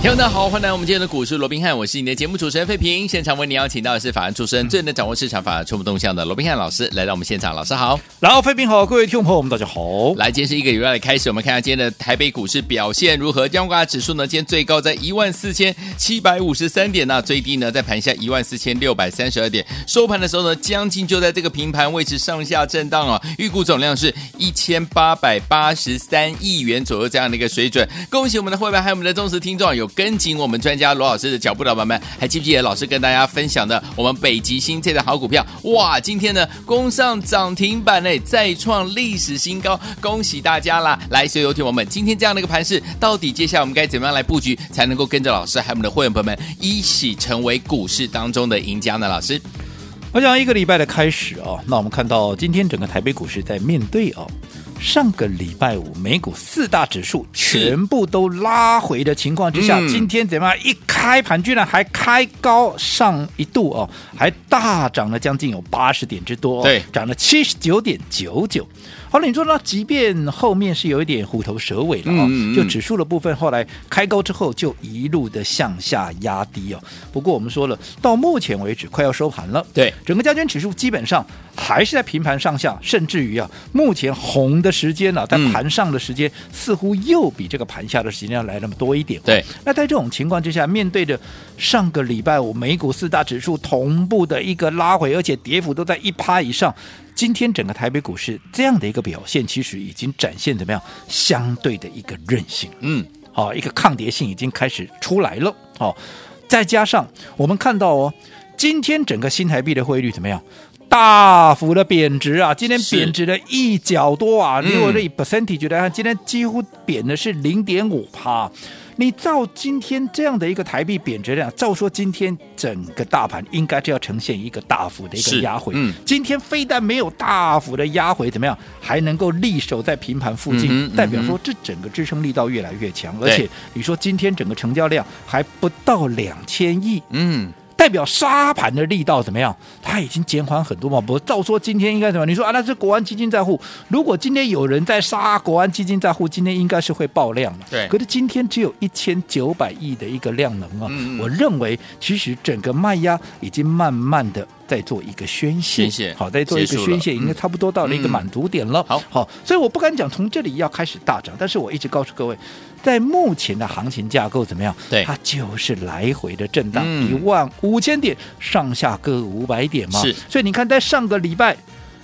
听众大家好，欢迎来到我们今天的股市罗宾汉，我是你的节目主持人费平。现场为你邀请到的是法案出身、最能掌握市场法案冲动向的罗宾汉老师来到我们现场，老师好。然后，飞平好，各位听众朋友们，大家好。来，今天是一个礼拜的开始，我们看看今天的台北股市表现如何。加权指数呢，今天最高在一万四千七百五十三点那、最低呢在盘下一万四千六百三十二点，收盘的时候呢，将近就在这个平盘位置上下震荡啊。预估总量是一千八百八十三亿元左右这样的一个水准。恭喜我们的会员还有我们的忠实听众啊有跟紧我们专家罗老师的脚步的伙伴们，还记不记得老师跟大家分享的我们北极星这档好股票？哇，今天呢攻上涨停板呢，再创历史新高，恭喜大家啦！来，所以有请我们今天这样的一个盘势，到底接下来我们该怎么样来布局，才能够跟着老师还有我们的会员朋友们一起成为股市当中的赢家呢？老师，我想一个礼拜的开始啊，那我们看到今天整个台北股市在面对哦，上个礼拜五美股四大指数全部都拉回的情况之下，嗯今天怎么样？一开盘居然还开高上一度哦，还大涨了将近有八十点之多、哦，对涨了七十九点九九。好了，你说那即便后面是有一点虎头蛇尾了哦，嗯嗯嗯就指数的部分后来开高之后就一路的向下压低哦。不过我们说了，到目前为止快要收盘了，对整个加权指数基本上还是在平盘上下，甚至于啊，目前红的时间呢、啊在嗯盘上的时间、似乎又比这个盘下的时间要来那么多一点、对，哦那在这种情况之下，面对着上个礼拜五美股四大指数同步的一个拉回，而且跌幅都在一趴以上。今天整个台北股市这样的一个表现，其实已经展现怎么样相对的一个韧性。嗯，好、啊一个抗跌性已经开始出来了。好、再加上我们看到哦，今天整个新台币的汇率怎么样？大幅的贬值啊！今天是贬值了一角多啊！嗯如果这以 percentage 来看，今天几乎贬的是零点五趴。你照今天这样的一个台币贬值量，照说今天整个大盘应该是要呈现一个大幅的一是个压回。嗯今天非但没有大幅的压回，怎么样，还能够力守在平盘附近，嗯哼代表嗯哼说这整个支撑力道越来越强，对而且你说今天整个成交量还不到两千亿，嗯，代表沙盘的力道怎么样？它已经减缓很多嘛。不，照说今天应该怎么样？你说啊，那是国安基金在护，如果今天有人在杀国安基金在护，今天应该是会爆量嘛。对可是今天只有一千九百亿的一个量能啊，嗯嗯我认为其实整个卖压已经慢慢的。在做一个宣泄，宣泄好，在做一结个束了宣泄，应该差不多到了一个嗯满足点了。好好，所以我不敢讲从这里要开始大涨，但是我一直告诉各位，在目前的行情架构怎么样？对它就是来回的震荡，嗯一万五千点上下各五百点嘛。是所以你看，在上个礼拜。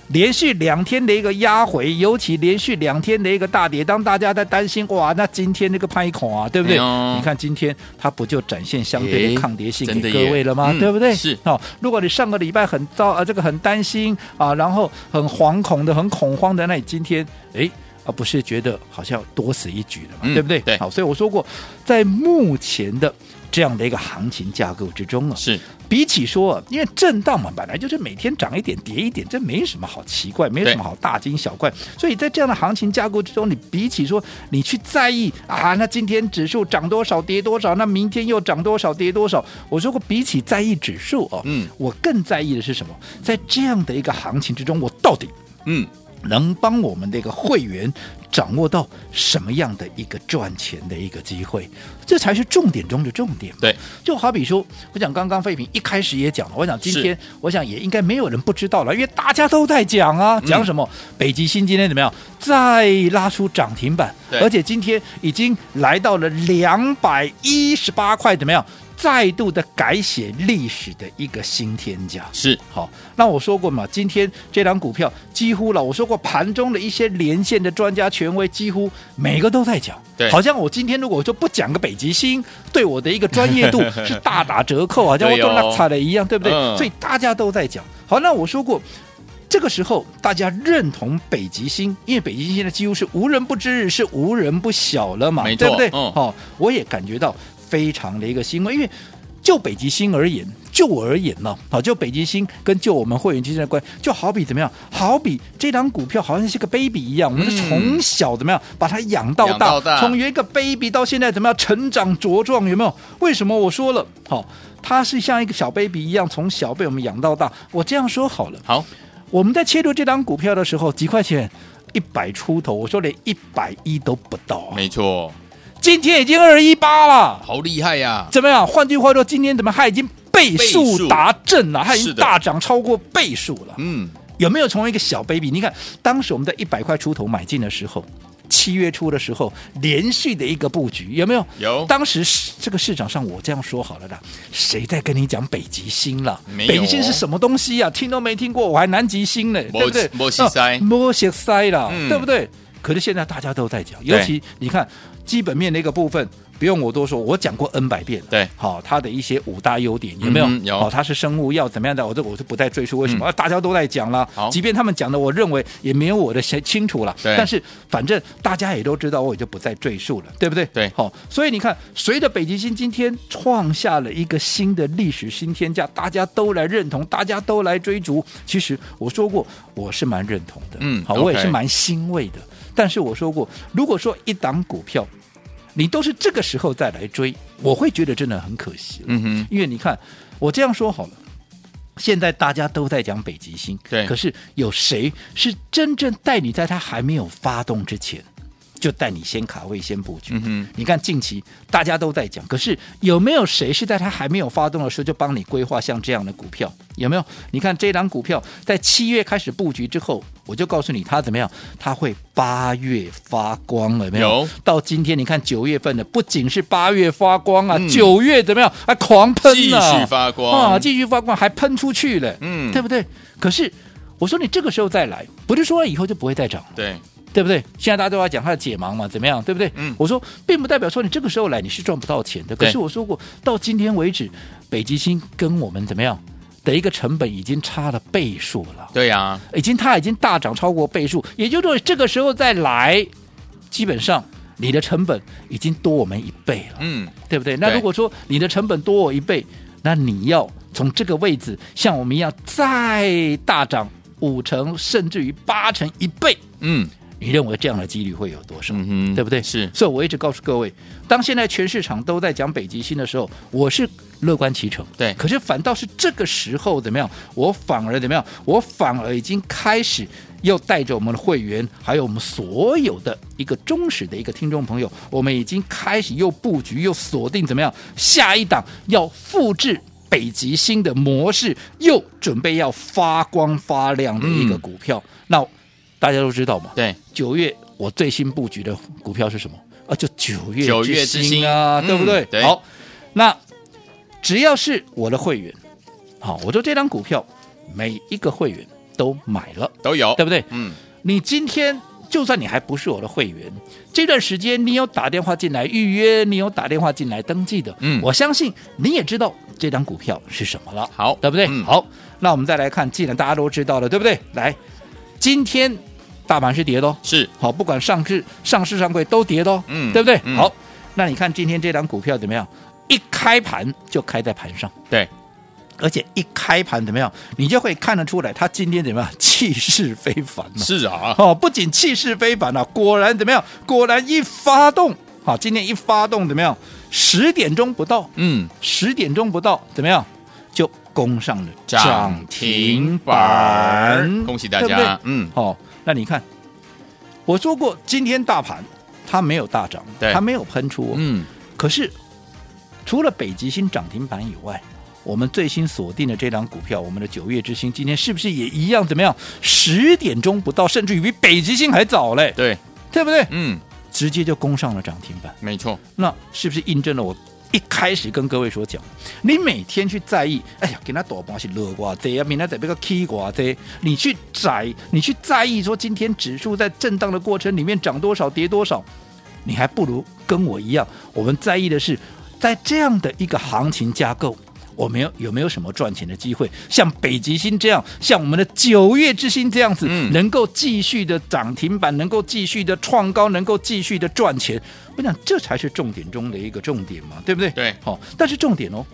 连续两天的一个压回，尤其连续两天的一个大跌，当大家在担心哇，那今天这个拍孔啊，对不哎对？呦你看今天它不就展现相哎对的抗跌性真的给各位耶了吗？嗯对不对？是哦，如果你上个礼拜很糟啊，这个很担心啊，然后很惶恐的、很恐慌的，那你今天哎。而不是觉得好像多死一举了嘛，嗯对不对？对好，所以我说过，在目前的这样的一个行情架构之中啊，是比起说，因为震荡嘛，本来就是每天涨一点跌一点，这没什么好奇怪，没有什么好大惊小怪。所以在这样的行情架构之中，你比起说你去在意啊，那今天指数涨多少跌多少，那明天又涨多少跌多少，我说过，比起在意指数哦，嗯，我更在意的是什么？在这样的一个行情之中，我到底嗯，能帮我们的一个会员掌握到什么样的一个赚钱的一个机会，这才是重点中的重点。对，就好比说，我讲刚刚费平一开始也讲了，我想今天我想也应该没有人不知道了，因为大家都在讲啊，嗯讲什么、北极星今天怎么样，再拉出涨停板，对而且今天已经来到了两百一十八块，怎么样？再度的改写历史的一个新天价，是好，那我说过嘛，今天这档股票几乎了，我说过盘中的一些连线的专家权威，几乎每个都在讲。对好像我今天如果我就不讲个北极星， 对我的一个专业度是大打折扣啊，像我对哦都拉差的一样，对不对？嗯所以大家都在讲。好，那我说过。这个时候，大家认同北极星，因为北极星现在几乎是无人不知，是无人不晓了嘛，没错对不对？嗯好、我也感觉到非常的一个欣慰，因为就北极星而言，就我而言呢，好，就北极星跟就我们会员之间的关系，就好比怎么样？好比这张股票好像是个 baby 一样，我们是从小怎么样把它养到嗯养大，到大从原一个 baby 到现在怎么样成长茁壮，有没有？为什么我说了，好、它是像一个小 baby 一样，从小被我们养到大。我这样说好了，好，我们在切入这张股票的时候，几块钱，一百出头，我说连一百一都不到啊、没错，今天已经二一八了。好厉害呀！啊怎么样？换句话说，今天怎么它已经倍倍数数达阵了，它已是经的大涨超过倍数了。嗯，有没有从一个小 baby？你看，当时我们在一百块出头买进的时候。七月初的时候，连续的一个布局有没有？有当时市这个市场上，我这样说好了啦，谁在跟你讲北极星了？没有北极星是什么东西啊？听都没听过，我还南极星呢，没对不对？没熟悉啊没熟悉啦，嗯对不对？可是现在大家都在讲，对尤其你看基本面的一个部分，不用我多说，我讲过 N 百遍了。对好，它的一些五大优点有没有？嗯哼有好，它哦是生物药怎么样的？我这我就不再赘述为什嗯么，啊大家都在讲了好。即便他们讲的，我认为也没有我的清清楚了。对但是反正大家也都知道，我也就不再赘述了，对不对？对好，所以你看，随着北极星今天创下了一个新的历史新天价，大家都来认同，大家都来追逐。其实我说过，我是蛮认同的，嗯好， OK 我也是蛮欣慰的。但是我说过，如果说一档股票，你都是这个时候再来追，我会觉得真的很可惜了。嗯哼，因为你看，我这样说好了。现在大家都在讲北极星，对可是有谁是真正带你在它还没有发动之前，就带你先卡位、先布局？嗯哼，你看近期大家都在讲，可是有没有谁是在它还没有发动的时候就帮你规划像这样的股票？有没有？你看这档股票在七月开始布局之后，我就告诉你它怎么样，它会八月发光了有没有？有到今天你看九月份的，不仅是八月发光啊嗯，九、月怎么样啊，狂喷继啊，续发光啊，继续发光，还喷出去了，嗯对不对？可是我说你这个时候再来，不是说以后就不会再涨了。对，对不对？现在大家都要讲它的解盲嘛，怎么样，对不对？嗯我说并不代表说你这个时候来你是赚不到钱的，对可是我说过，到今天为止，北极星跟我们怎么样的一个成本已经差了倍数了，对啊呀，已经它已经大涨超过倍数，也就是说这个时候再来，基本上你的成本已经多我们一倍了，嗯，对不对？那对如果说你的成本多我一倍，那你要从这个位置像我们一样再大涨五成，甚至于八成一倍。嗯，你认为这样的几率会有多少？嗯哼对不对？是所以我一直告诉各位，当现在全市场都在讲北极星的时候，我是乐观其成。对可是反倒是这个时候怎么样？我反而怎么样？我反而已经开始。要带着我们的会员，还有我们所有的一个忠实的一个听众朋友，我们已经开始又布局又锁定怎么样下一档要复制北极星的模式，又准备要发光发亮的一个嗯股票。那大家都知道嘛，对，九月我最新布局的股票是什么？啊，就九月九月之之星星啊，嗯对不对？对好，那只要是我的会员，好，我说这张股票每一个会员都买了，都有，对不对？嗯，你今天就算你还不是我的会员，这段时间你有打电话进来预约，你有打电话进来登记的，嗯我相信你也知道这张股票是什么了，好对不对？嗯好，那我们再来看，既然大家都知道了，对不对？来，今天大盘是跌的哦，是，好，不管上市、上市、上柜都跌的哦，嗯对不对？嗯好，那你看今天这档股票怎么样？一开盘就开在盘上，对，而且一开盘怎么样，你就会看得出来，它今天怎么样， 气势非凡、哦。是啊，哦，不仅气势非凡啊，果然怎么样？果然一发动，好，今天一发动怎么样？十点钟不到，嗯，十点钟不到，怎么样？就攻上了涨停板，恭喜大对不对家，嗯，哦，那你看，我说过，今天大盘它没有大涨，对它没有喷出、嗯，嗯，可是除了北极星涨停板以外，我们最新锁定的这档股票，我们的九月之星，今天是不是也一样？怎么样？十点钟不到，甚至于比北极星还早嘞，对，对不对？嗯，直接就攻上了涨停板，没错，那是不是印证了我？一开始跟各位所讲，你每天去在意，哎呀，给他多半是乐瓜这啊，明天得被个 K 瓜这，你去宰，你去在意说今天指数在震荡的过程里面涨多少跌多少，你还不如跟我一样，我们在意的是在这样的一个行情架构。我们有有没有什么赚钱的机会？像北极星这样，像我们的九月之星这样子，嗯能够继续的涨停板，能够继续的创高，能够继续的赚钱，我想这才是重点中的一个重点嘛，对不对？对好、但是重点哦，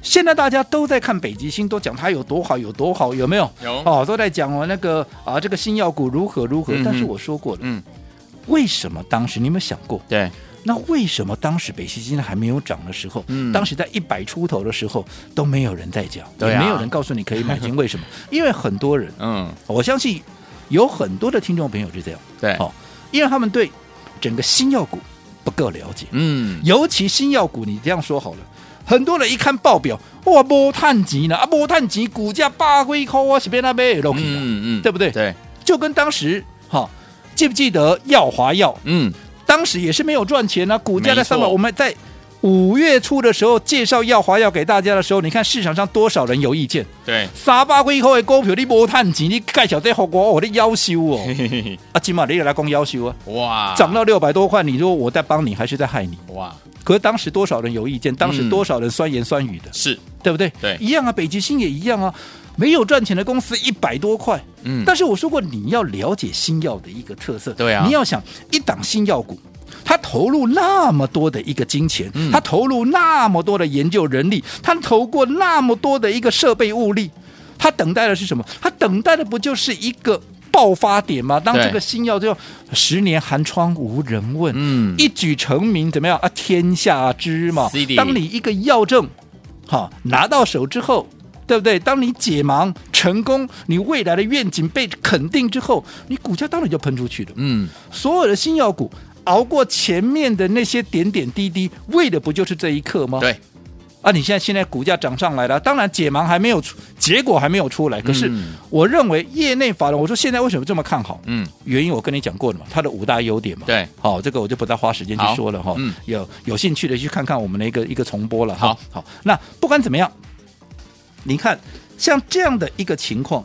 现在大家都在看北极星，都讲它有多好有多好，有没有？有哦，都在讲哦那个啊这个新药股如何如何。嗯哼但是我说过了，嗯，为什么当时你有没有想过？对，那为什么当时北极星还没有涨的时候，嗯当时在一百出头的时候都没有人在讲，对啊也没有人告诉你可以买 进？为什么？因为很多人，嗯，我相信有很多的听众朋友是这样，对，哦，因为他们对整个新药股不够了解，嗯，尤其新药股，你这样说好了。很多人一看报表，哇，波探级呢，啊，波探级股价八块块，我是被那边落去了，嗯嗯，对不对？对，就跟当时哈、哦记不记得耀华药嗯，当时也是没有赚钱啊，股价在没错三百。我们在五月初的时候介绍耀华药给大家的时候，你看市场上多少人有意见？对，三百块以后的股票你无探钱，你盖小这好股，我的腰修哦。嘿嘿嘿啊，起码你也来攻腰修啊，哇，涨到六百多块，你说我在帮你还是在害你？哇，可是当时多少人有意见？当时嗯多少人酸言酸语的，是，对不对？对一样啊，北极星也一样啊。没有赚钱的公司一百多块，嗯，但是我说过，你要了解新药的一个特色，对啊你要想一档新药股。他投入那么多的一个金钱，嗯他投入那么多的研究人力，他投过那么多的一个设备物力，他等待的是什么？他等待的不就是一个爆发点吗？当对这个新药就十年寒窗无人问，嗯一举成名，怎么样啊？天下知嘛 CD。当你一个药证，哈、拿到手之后，对不对？当你解盲成功，你未来的愿景被肯定之后，你股价当然就喷出去了。嗯，所有的新药股熬过前面的那些点点滴滴，为的不就是这一刻吗？对，啊，你现在现在股价涨上来了，当然解盲还没有出，结果还没有出来。可是嗯我认为业内法人，我说现在为什么这么看好？嗯，原因我跟你讲过了嘛，它的五大优点嘛。对，好、这个我就不再花时间去好说了哈、嗯有有兴趣的去看看我们的一个一个重播了哈。好好，那不管怎么样，你看像这样的一个情况，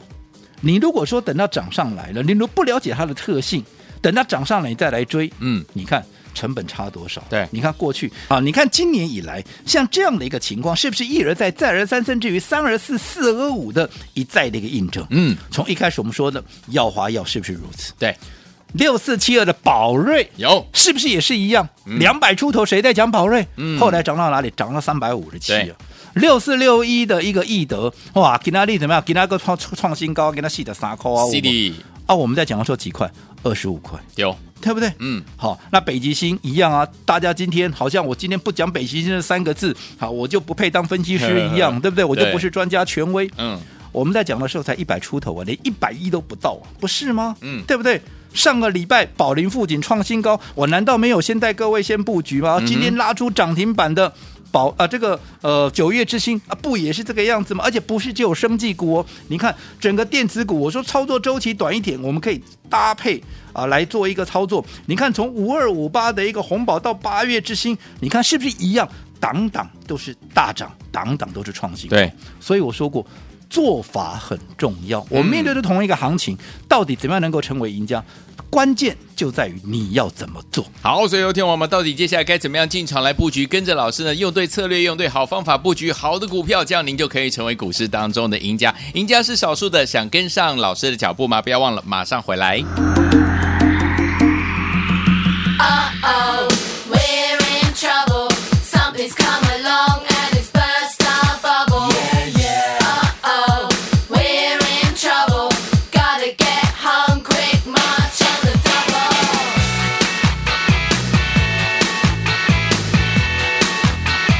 你如果说等到涨上来了，你如果不了解它的特性，等它涨上来你再来追，嗯，你看成本差多少？对你看过去啊，你看今年以来，像这样的一个情况，是不是一而再、再而三，甚至于三而四、四而五的一再的一个印证？嗯，从一开始我们说的耀华药是不是如此？对，六四七二的宝瑞有，是不是也是一样？两百、出头谁在讲宝瑞？嗯后来涨到哪里？涨到三百五十七对了。六四六一的一个易德，哇，给那利怎么样？给那个创创新高，给那细的三块啊！ c 我 d 啊，我们在讲的时候几块？二十五块，有，对不对？嗯，好，那北极星一样啊，大家今天好像我今天不讲北极星这三个字，好，我就不配当分析师一样，对不对？我就对不是专家权威。嗯，我们在讲的时候才一百出头啊，连一百一都不到啊，不是吗？嗯对不对？上个礼拜宝林富锦创新高，我难道没有先带各位先布局嗯吗？今天拉出涨停板的宝啊、这个呃九月之星啊，不也是这个样子吗？而且不是只有生技股哦，你看整个电子股，我说操作周期短一点，我们可以搭配啊来做一个操作。你看从五二五八的一个红宝到八月之星，你看是不是一样？档档都是大涨，档档都是创新高。对，所以我说过，做法很重要。嗯我们面对的同一个行情，到底怎么样能够成为赢家？关键就在于你要怎么做。好，所以有天我们到底接下来该怎么样进场来布局？跟着老师呢，用对策略，用对好方法布局好的股票，这样您就可以成为股市当中的赢家。赢家是少数的，想跟上老师的脚步吗？不要忘了，马上回来。 We're in trouble. Oh, Something's come along and it's burst our bubble. Uh oh, we're in trouble. Gotta get home quick. March on the double. 好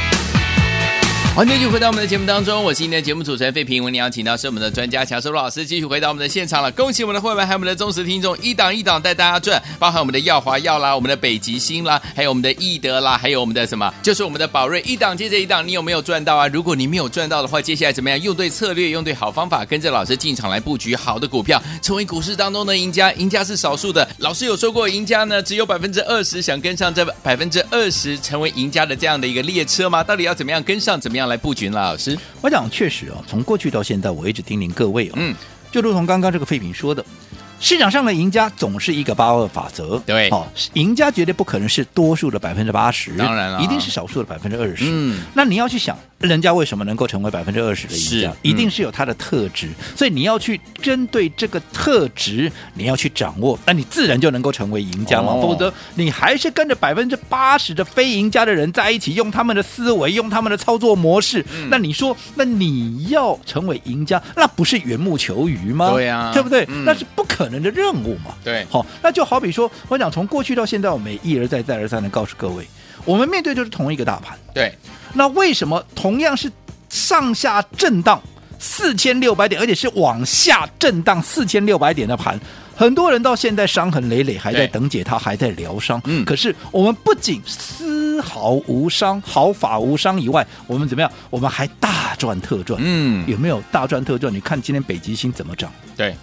欢迎继续回到我们的节目当中，我是今天的节目主持人费平。为您邀请到是我们的专家强叔老师，继续回到我们的现场了。恭喜我们的会员，还有我们的忠实听众，一档一档带大家赚，包含我们的耀华药啦，我们的北极星啦，还有我们的易德啦，还有我们的什么，就是我们的宝瑞，一档接着一档，你有没有赚到啊？如果你没有赚到的话，接下来怎么样？用对策略，用对好方法，跟着老师进场来布局好的股票，成为股市当中的赢家。赢家是少数的，老师有说过，赢家呢只有百分之二十，想跟上这百分之二十成为赢家的这样的一个列车吗？到底要怎么样跟上，怎么样来布局呢？老师，我讲确实哦，从过去到现在，我一直叮咛各位哦，嗯，就如同刚刚这个废品说的，市场上的赢家总是一个八二法则，对哦，赢家绝对不可能是多数的百分之八十，当然了啊一定是少数的百分之二十。嗯，那你要去想，人家为什么能够成为百分之二十的赢是家嗯，一定是有它的特质，所以你要去针对这个特质，你要去掌握，那你自然就能够成为赢家嘛。哦否则你还是跟着百分之八十的非赢家的人在一起，用他们的思维，用他们的操作模式，嗯那你说，那你要成为赢家，那不是缘木求鱼吗？对啊对不对？嗯那是不可能的任务嘛。对好、那就好比说，我讲从过去到现在，我们也一而再、再而三的告诉各位，我们面对就是同一个大盘。对，那为什么同样是上下震荡四千六百点，而且是往下震荡四千六百点的盘？很多人到现在伤痕累累，还在对等解套，还在疗伤。嗯可是我们不仅丝毫无伤、毫发无伤以外，我们怎么样？我们还大赚特赚。嗯，有没有大赚特赚？你看今天北极星怎么涨？对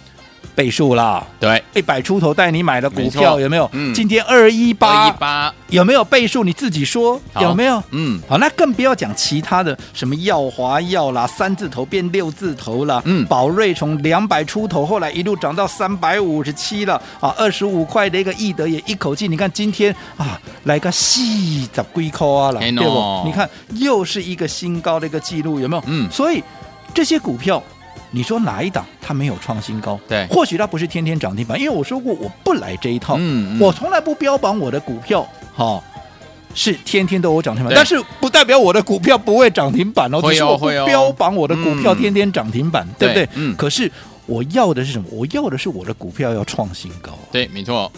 倍数啦，对，一百出头带你买的股没错票有没有？嗯今天二一八八一八，有没有倍数？你自己说好有没有？嗯，好，那更不要讲其他的什么耀华耀啦，三字头变六字头啦，嗯宝瑞从两百出头，后来一路涨到三百五十七了，啊，二十五块的一个易德也一口气，你看今天啊，来个四十几块啊了，哎对喏不？你看又是一个新高的一个记录，有没有？嗯所以这些股票。你说哪一档它没有创新高？对或许它不是天天涨停板，因为我说过我不来这一套，嗯嗯我从来不标榜我的股票，哈、是天天都有涨停板，对但是不代表我的股票不会涨停板哦，会哦只是我不会哦标榜我的股票嗯天天涨停板，对不对对？嗯可是我要的是什么？我要的是我的股票要创新高。对，没错，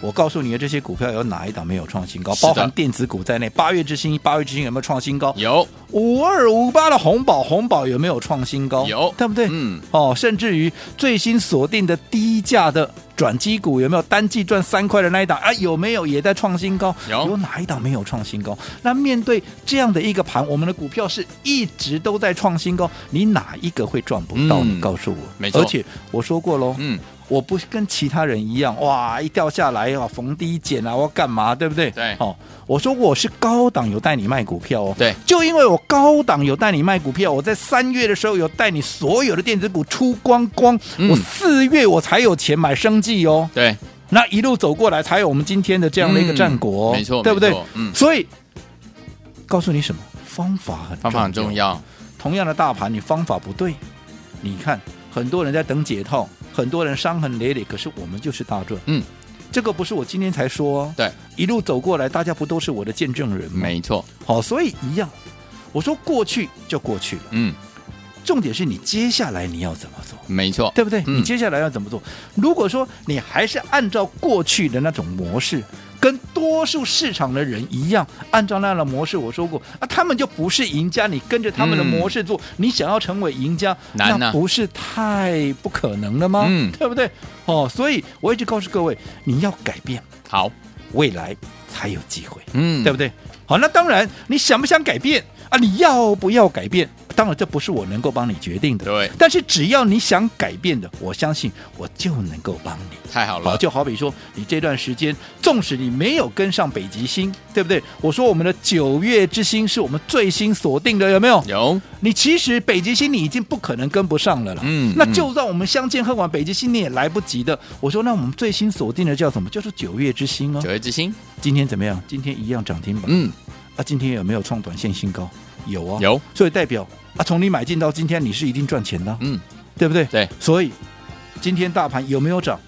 我告诉你的这些股票有哪一档没有创新高？是的包含电子股在内，八月之星，八月之星有没有创新高？有，五二五八的红宝，红宝有没有创新高？有对不对？嗯，哦，甚至于最新锁定的低价的转机股有没有单季赚三块的那一档啊？有没有也在创新高？有哪一档没有创新高？那面对这样的一个盘，我们的股票是一直都在创新高，你哪一个会赚不到？嗯你告诉我，没错而且我说过喽，嗯，我不是跟其他人一样，哇，一掉下来啊，逢低减啊，我要干嘛，对不对？对哦，我说我是高档有带你卖股票哦，对就因为我高档有带你卖股票，我在三月的时候有带你所有的电子股出光光，嗯我四月我才有钱买生计哦，对，那一路走过来才有我们今天的这样的一个战果、哦嗯没错对不对没错？嗯所以告诉你什么方法很方法很重要，同样的大盘，你方法不对，你看很多人在等解套，很多人伤痕累累，可是我们就是大赚。嗯，这个不是我今天才说、哦，对，一路走过来，大家不都是我的见证人吗？没错，好，所以一样，我说过去就过去了，嗯，重点是你接下来你要怎么做。没错，对不对？嗯你接下来要怎么做？如果说你还是按照过去的那种模式，跟多数市场的人一样，按照那样的模式，我说过啊，他们就不是赢家，你跟着他们的嗯模式做，你想要成为赢家，难呐那不是太不可能了吗？嗯对不对？哦，所以我一直告诉各位，你要改变，好，未来才有机会。嗯，对不对？好，那当然，你想不想改变啊？你要不要改变？当然，这不是我能够帮你决定的。对但是只要你想改变的，我相信我就能够帮你。太好好，了，就好比说，你这段时间，纵使你没有跟上北极星，对不对？我说我们的九月之星是我们最新锁定的，有没有？有，你其实北极星你已经不可能跟不上了啦。嗯那嗯就算我们相见恨晚，北极星你也来不及的。我说，那我们最新锁定的叫什么？就是九月之星啊嗯九。月之星，今天怎么样？今天一样涨停板。嗯，啊，今天有没有创短线新高？有啊，有，所以代表啊，从你买进到今天，你是一定赚钱的啊，嗯，对不对？对，所以今天大盘有没有涨，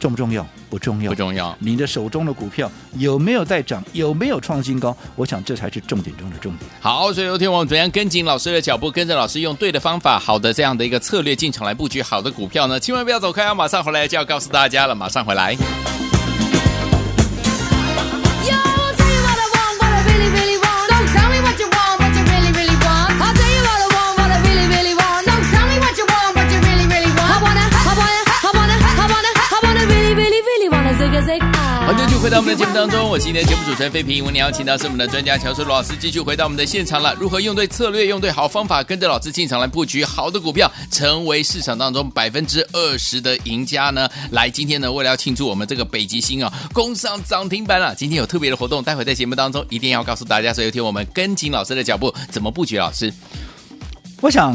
重不重要？不重要，不重要，你的手中的股票有没有在涨，有没有创新高？我想这才是重点中的重点。好，所以有天我们怎么样跟紧老师的脚步，跟着老师用对的方法，好的这样的一个策略进场来布局好的股票呢？千万不要走开啊！马上回来就要告诉大家了，马上回来。 Yo, I'll tell you what I want, what I really, really want. So tell me what you want, what you really, really want. I'll tell you what I want, what I really, really want. So tell me what you want, what you really, really want. I wanna, I wanna, I wanna, I wanna, I wanna really, really, really wanna zig a zig. 好，继续回到我们的 If 节 you 目 wanna 当中，我是今天的节目主持人费平。我们邀请到是我们的专家乔舒罗老师，继续回到我们的现场了。如何用对策略，用对好方法，跟着老师进场来布局好的股票，成为市场当中百分之二十的赢家呢？来，今天呢，为了要庆祝我们这个北极星啊、攻上涨停板了、今天有特别的活动，待会在节目当中一定要告诉大家。所以有天我们跟紧老师的脚步，怎么布局？老师，我想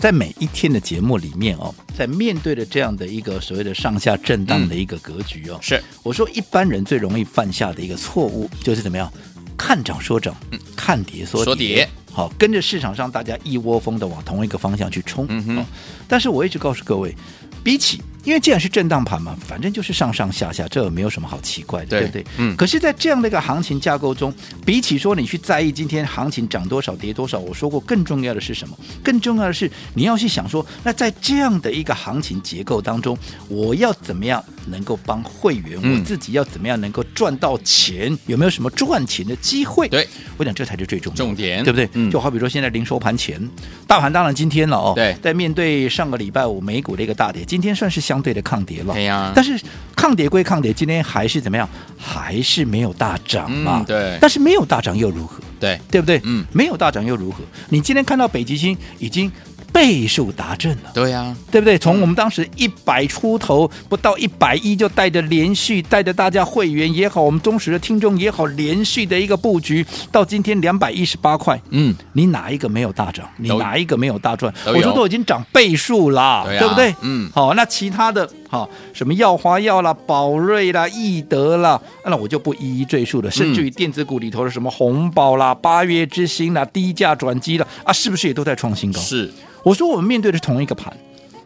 在每一天的节目里面哦，在面对着这样的一个所谓的上下震荡的一个格局哦，嗯是我说一般人最容易犯下的一个错误就是怎么样，看涨说涨，看跌说嗯跌。说跌好、好、跟着市场上大家一窝蜂的往同一个方向去冲。嗯哼哦但是我一直告诉各位，比起因为既然是震荡盘嘛，反正就是上上下下，这没有什么好奇怪的，对对不对？嗯可是，在这样的一个行情架构中，比起说你去在意今天行情涨多少、跌多少，我说过，更重要的是什么？更重要的是你要去想说，那在这样的一个行情结构当中，我要怎么样能够帮会员，嗯我自己要怎么样能够赚到钱？有没有什么赚钱的机会？对，我讲这才是最重要的重点对不对？嗯就好比说现在零收盘前，大盘当然今天了哦，对在面对上个礼拜五美股的一个大跌，今天算是相对的抗跌了。对呀但是抗跌归抗跌，今天还是怎么样？还是没有大涨嘛。嗯对但是没有大涨又如何？对，对不对？嗯没有大涨又如何？你今天看到北极星已经倍数达阵了。对啊呀，对不对？从我们当时一百出头，不到一百一，就带着连续带着大家会员也好，我们忠实的听众也好，连续的一个布局，到今天两百一十八块，嗯，你哪一个没有大涨？你都哪一个没有大赚？都我说有都已经涨倍数啦，对啊不对？嗯好，那其他的，好，什么耀华药啦、宝瑞啦、易德啦，那我就不一一赘述嗯了。甚至于电子股里头的什么红宝啦、八月之星啦、低价转机啦，啊，是不是也都在创新高？是，我说我们面对的是同一个盘。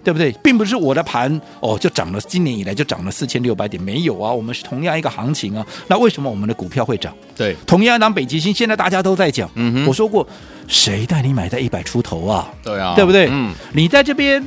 对不对？并不是我的盘哦，就涨了，今年以来就涨了四千六百点，没有啊，我们是同样一个行情啊。那为什么我们的股票会涨？对，同样一档北极星，现在大家都在讲，嗯我说过，谁带你买在一百出头啊？对啊，对不对？嗯，你在这边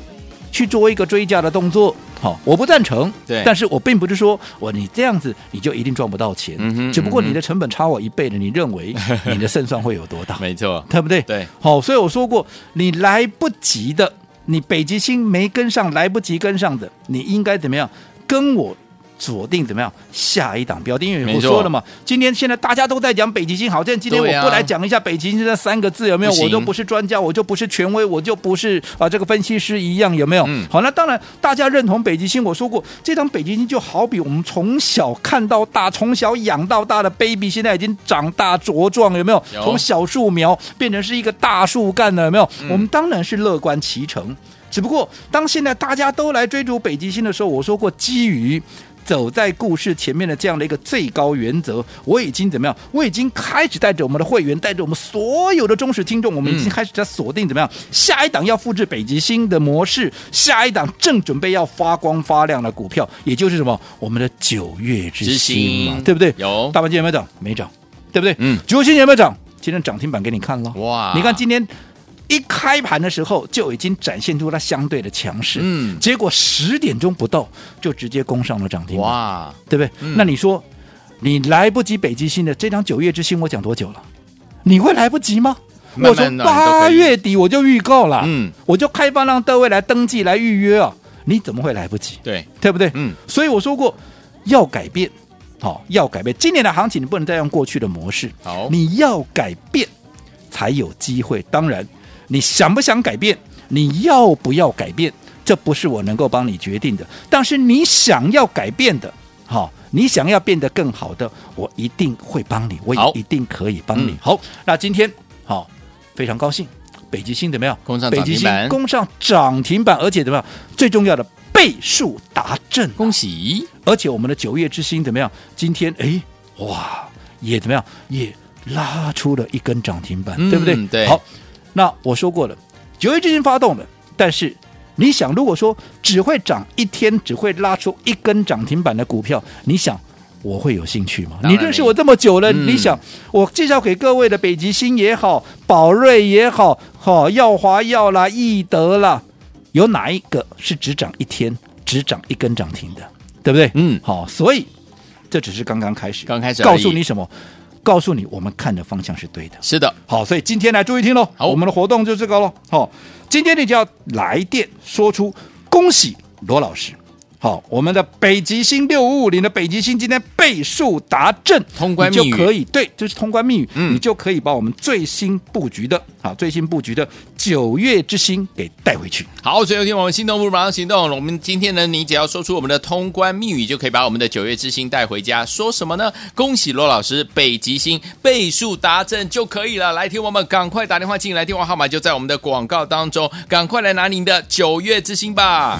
去做一个追加的动作，好、我不赞成。对但是我并不是说我你这样子你就一定赚不到钱，嗯哼只不过嗯哼你的成本差我一倍了，你认 为你的胜算会有多大？没错，对不对？对，好、所以我说过，你来不及的，你北极星没跟上，来不及跟上的，你应该怎么样？跟我。锁定怎么样？下一档标的，因为没我错说了嘛，今天现在大家都在讲北极星，好像今天对啊我不来讲一下北极星这三个字有没有？不行我就不是专家，我就不是权威，我就不是啊这个分析师一样，有没有？嗯好，那当然大家认同北极星，我说过，这档北极星就好比我们从小看到大，从小养到大的 baby，现在已经长大茁壮，有没有？有从小树苗变成是一个大树干了，有没有？嗯我们当然是乐观其成。只不过，当现在大家都来追逐北极星的时候，我说过，基于走在故事前面的这样的一个最高原则，我已经怎么样？我已经开始带着我们的会员，带着我们所有的忠实听众，我们已经开始在锁定怎么样？下一档要复制北极星的模式，下一档正准备要发光发亮的股票，也就是什么？我们的九月之之星嘛星，对不对？有大盘今天有没有涨？没涨，对不对？嗯九星有没有涨？今天涨停板给你看了。哇你看今天一开盘的时候就已经展现出它相对的强势，嗯结果十点钟不到就直接攻上了涨停，，哇，对不对？嗯那你说你来不及北极星的这张九月之星，我讲多久了？你会来不及吗？慢慢我从来都可八以月底我就预告了，嗯，我就开放让各位来登记来预约啊，你怎么会来不及？对，对不对？嗯，所以我说过要改变，好、要改变。今年的行情你不能再用过去的模式，好你要改变才有机会。当然，你想不想改变，你要不要改变，这不是我能够帮你决定的。但是你想要改变的，好、你想要变得更好的，我一定会帮你，我好也一定可以帮你。嗯好，那今天好、非常高兴，北极星怎么样？攻上北涨极停星板攻上涨停板，而且怎么样？最重要的倍数达阵，啊恭喜，而且我们的九月之星怎么样？今天哎，哇，也怎么样？也拉出了一根涨停板，嗯对不对？对好，那我说过了，九月之星发动了，但是。你想，如果说只会涨一天，只会拉出一根涨停板的股票，你想我会有兴趣吗？当然你认识我这么久了，嗯你想我介绍给各位的北极星也好，宝瑞也好，好、耀华药啦、易德啦，有哪一个是只涨一天、只涨一根涨停的，对不对？嗯好，所以这只是刚刚开始，刚开始而已告诉你什么？告诉你我们看的方向是对的。是的，好，所以今天来注意听喽，好我们的活动就这个喽。好、今天你只要来电说出恭喜罗老师。好，我们的北极星六五五零的北极星今天倍数达阵，通关密语你就可以对，就是通关密语，嗯你就可以把我们最新布局的，好，最新布局的九月之星给带回去。好，所以有天我们心动不如马上行动。我们今天呢，你只要说出我们的通关密语，就可以把我们的九月之星带回家。说什么呢？恭喜罗老师，北极星倍数达阵就可以了。来，听我们赶快打电话进来，电话号码就在我们的广告当中，赶快来拿您的九月之星吧。